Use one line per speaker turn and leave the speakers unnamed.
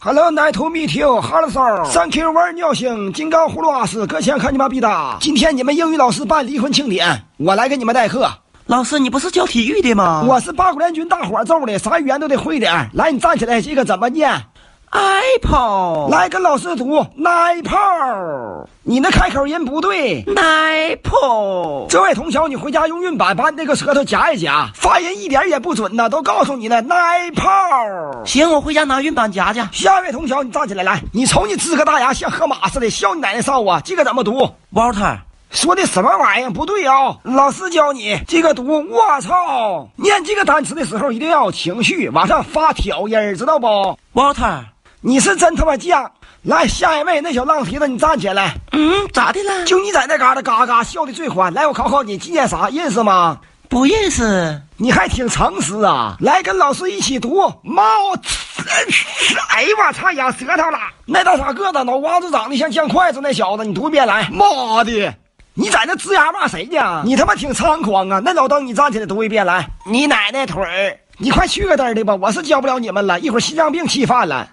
Hello, nice to meet you. Hello, sir. Thank you very much. 金刚葫芦娃是搁前看你妈逼的。今天你们英语老师办离婚庆典，我来给你们代课。
老师，你不是教体育的吗？
我是八国联军大伙儿揍的，啥语言都得会点。来，你站起来，这个怎么念？
Apple
来，跟老师读奶泡儿。你那开口音不对。
Apple
这位同学，你回家用韵板把你那个舌头夹一夹，发音一点也不准呐，都告诉你了，奶泡儿。
行，我回家拿熨板夹夹。
下一位同学，你站起来来，你瞅你呲个大牙像河马似的，笑你奶奶臊啊！这个怎么读？
Walter
说的什么玩意儿？不对啊、老师教你这个读，我操！念这个单词的时候一定要有情绪，往上发挑音儿，知道不？
Walter，
你是真他妈犟！来，下一位那小浪蹄子，你站起来！
嗯，咋的了？
就你在那嘎达嘎嘎笑的最欢。来，我考考你，纪念啥？认识吗？
不认识。
你还挺诚实啊！来，跟老师一起读猫。哎呀妈，差咬舌头了！那大傻个子，脑瓜子长得像酱筷子，那小子，你读一遍来。妈的！你在那吱呀骂谁呢？你他妈挺猖狂啊！那老登，你站起来读一遍来。你奶奶腿儿！你快去个嘚儿的吧！我是教不了你们了，一会儿心脏病气犯了。